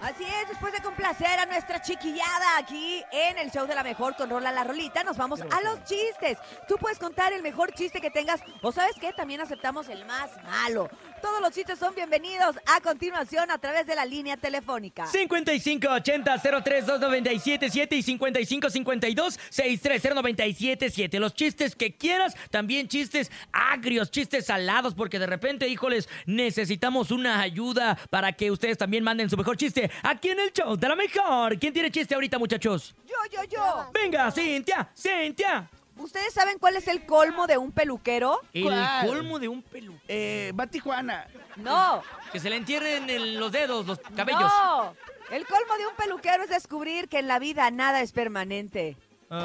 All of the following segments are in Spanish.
Así es, después de complacer a nuestra chiquillada aquí en el show de la mejor con Rola la Rolita, nos vamos a los chistes. Tú puedes contar el mejor chiste que tengas o sabes qué, también aceptamos el más malo. Todos los chistes son bienvenidos a continuación a través de la línea telefónica. 5580-032977 y 5552-630977. Los chistes que quieras, también chistes agrios, chistes salados, porque de repente, híjoles, necesitamos una ayuda para que ustedes también manden su mejor chiste aquí en el show de la mejor. ¿Quién tiene chiste ahorita, muchachos? Yo, yo, yo. Venga, Cintia, Cintia. ¿Ustedes saben cuál es el colmo de un peluquero? El ¿Cuál? colmo de un peluquero. Eh, va a Tijuana. No. Que se le entierren en los dedos, los cabellos. No. El colmo de un peluquero es descubrir que en la vida nada es permanente. Ay,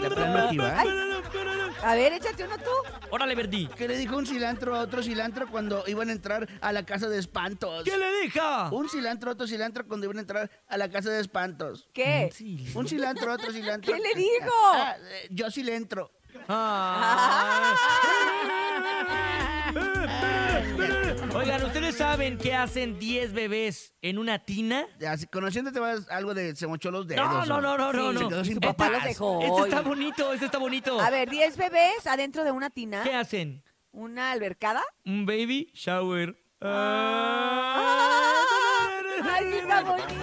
La palma aquí va. Ay. A ver, échate uno tú. Órale, Verdi. ¿Qué le dijo un cilantro a otro cilantro cuando iban a entrar a la casa de espantos? ¿Qué le dijo? Un cilantro a otro cilantro cuando iban a entrar a la casa de espantos. ¿Qué? Un cilantro a otro cilantro. ¿Qué le dijo? Ah, eh, yo cilantro. Ah. ¡Ah! Oigan, ¿ustedes saben qué hacen 10 bebés en una tina? Así, Conociéndote vas algo de se mochó los dedos. No, no, no, no, no. Sí, no. Se quedó sin Este- papás. Los dejó. Este está Oye. bonito, este está bonito. A ver, ¿ah? 10 bebés adentro de una tina. ¿Qué hacen? ¿Una albercada? Un baby shower. Ah. Ah, ¡Ay, está ah, bonito!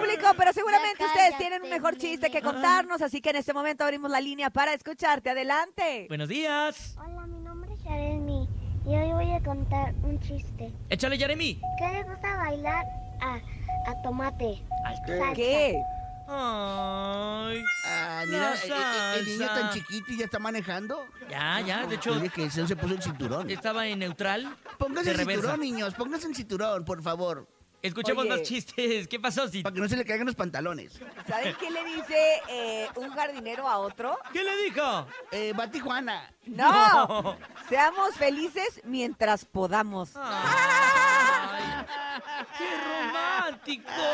Público, pero seguramente Ya ustedes cállate, tienen un mejor chiste que nene. contarnos, así que en este momento abrimos la línea para escucharte. Adelante. Buenos días. Hola, mi nombre es Jeremy y hoy voy a contar un chiste. Échale, Jeremy. ¿Qué le gusta bailar a, a Tomate? Salsa. ¿Qué? Ay. Ah, mira, La eh, eh, el niño salsa. tan chiquito y ya está manejando. Ya, ya, de hecho, Oye, que se, se puso el cinturón. estaba en neutral. Pónganse de el reversa. cinturón, niños. Pónganse el cinturón, por favor. Escuchemos Oye. más chistes. ¿Qué pasó, Cid? Para que no se le caigan los pantalones. ¿Saben qué le dice eh, un jardinero a otro? ¿Qué le dijo? Eh, va a Tijuana. ¡No! Seamos felices mientras podamos. Ah. Ah. Ay, ¡Qué romántico!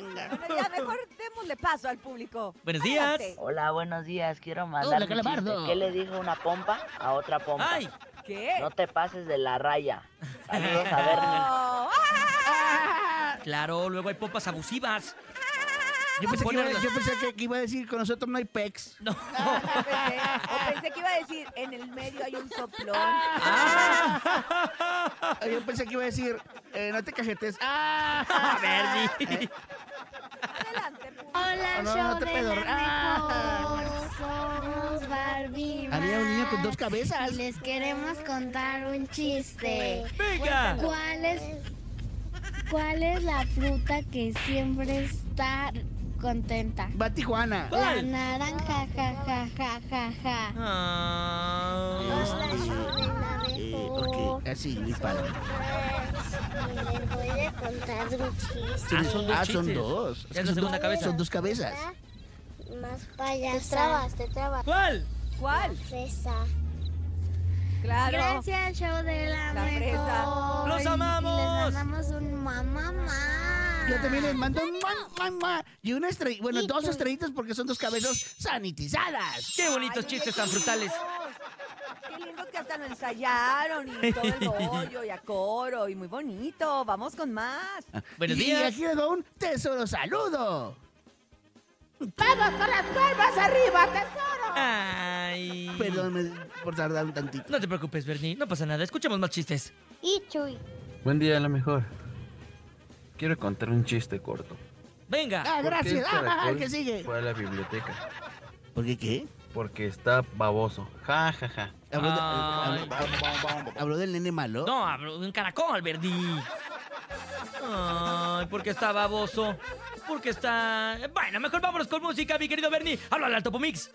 Bueno, ya mejor démosle paso al público. Buenos días. Adelante. Hola, buenos días. Quiero mandar Hola, un chiste. Calamardo. ¿Qué le dijo una pompa a otra pompa? ¡Ay! ¿Qué? No te pases de la raya. Saludos a Bernie. Oh, ¡ah! Claro, luego hay pompas abusivas. Yo Ah, pensé, que iba, Ponerlo. yo pensé que- que iba a decir con nosotros no hay pecs. No. O pensé, o pensé que iba a decir, en el medio hay un soplón. Eh, Yo pensé que iba a decir eh, no te cajetes. ¡Ah! A ver, Adelante, público. Hola, Oh, no, yo no te de pedo- la ¡Ah! mejor. Somos Barbie. Había un niño con dos Max, cabezas. Y les queremos contar un chiste. venga. ¿Cuál es, ¿Cuál es la fruta que siempre está contenta? Va a Tijuana. La ¿Cuál? naranja, ja, ja, ja, ja, ja. Ah. Eh, ok, así, mi padre. Les voy a contar un chiste Ah, son dos ah, son chistes. dos. Ya es la segunda cabeza. Son dos cabezas. más payasa. Te trabas, te trabas. ¿Cuál? ¿Cuál? Fresa. Claro. Gracias, show de la, La fresa. mejor. ¡Los amamos! Les mandamos un mamá más. Yo también les mando un mua, mua, mua, y una estrella, bueno, dos estrellitas porque son dos cabezas sanitizadas. ¡Qué bonitos Ay, chistes qué tan frutales! lindos. Qué lindos que hasta lo ensayaron y todo el rollo y a coro y muy bonito. Vamos con más. Buenos y días. aquí les va un tesoro saludo. Ay. Perdón me- por tardar un tantito. No te preocupes, Bernie. No pasa nada. Escuchemos más chistes. Y Chuy. Buen día, a lo mejor. Quiero contar un chiste corto. Venga. Ah, ¿Por qué gracias. el Ah, ah, ah, caracol ¿Qué sigue? Fue a la biblioteca. ¿Por qué qué? Porque está baboso. Ja, ja, ja. Habló, de- Ay. habló- habló del nene malo. No, hablo de un caracol, Verdi. Ay, porque está baboso. Porque está. Bueno, mejor vámonos con música, mi querido Bernie. Háblale al Topomix.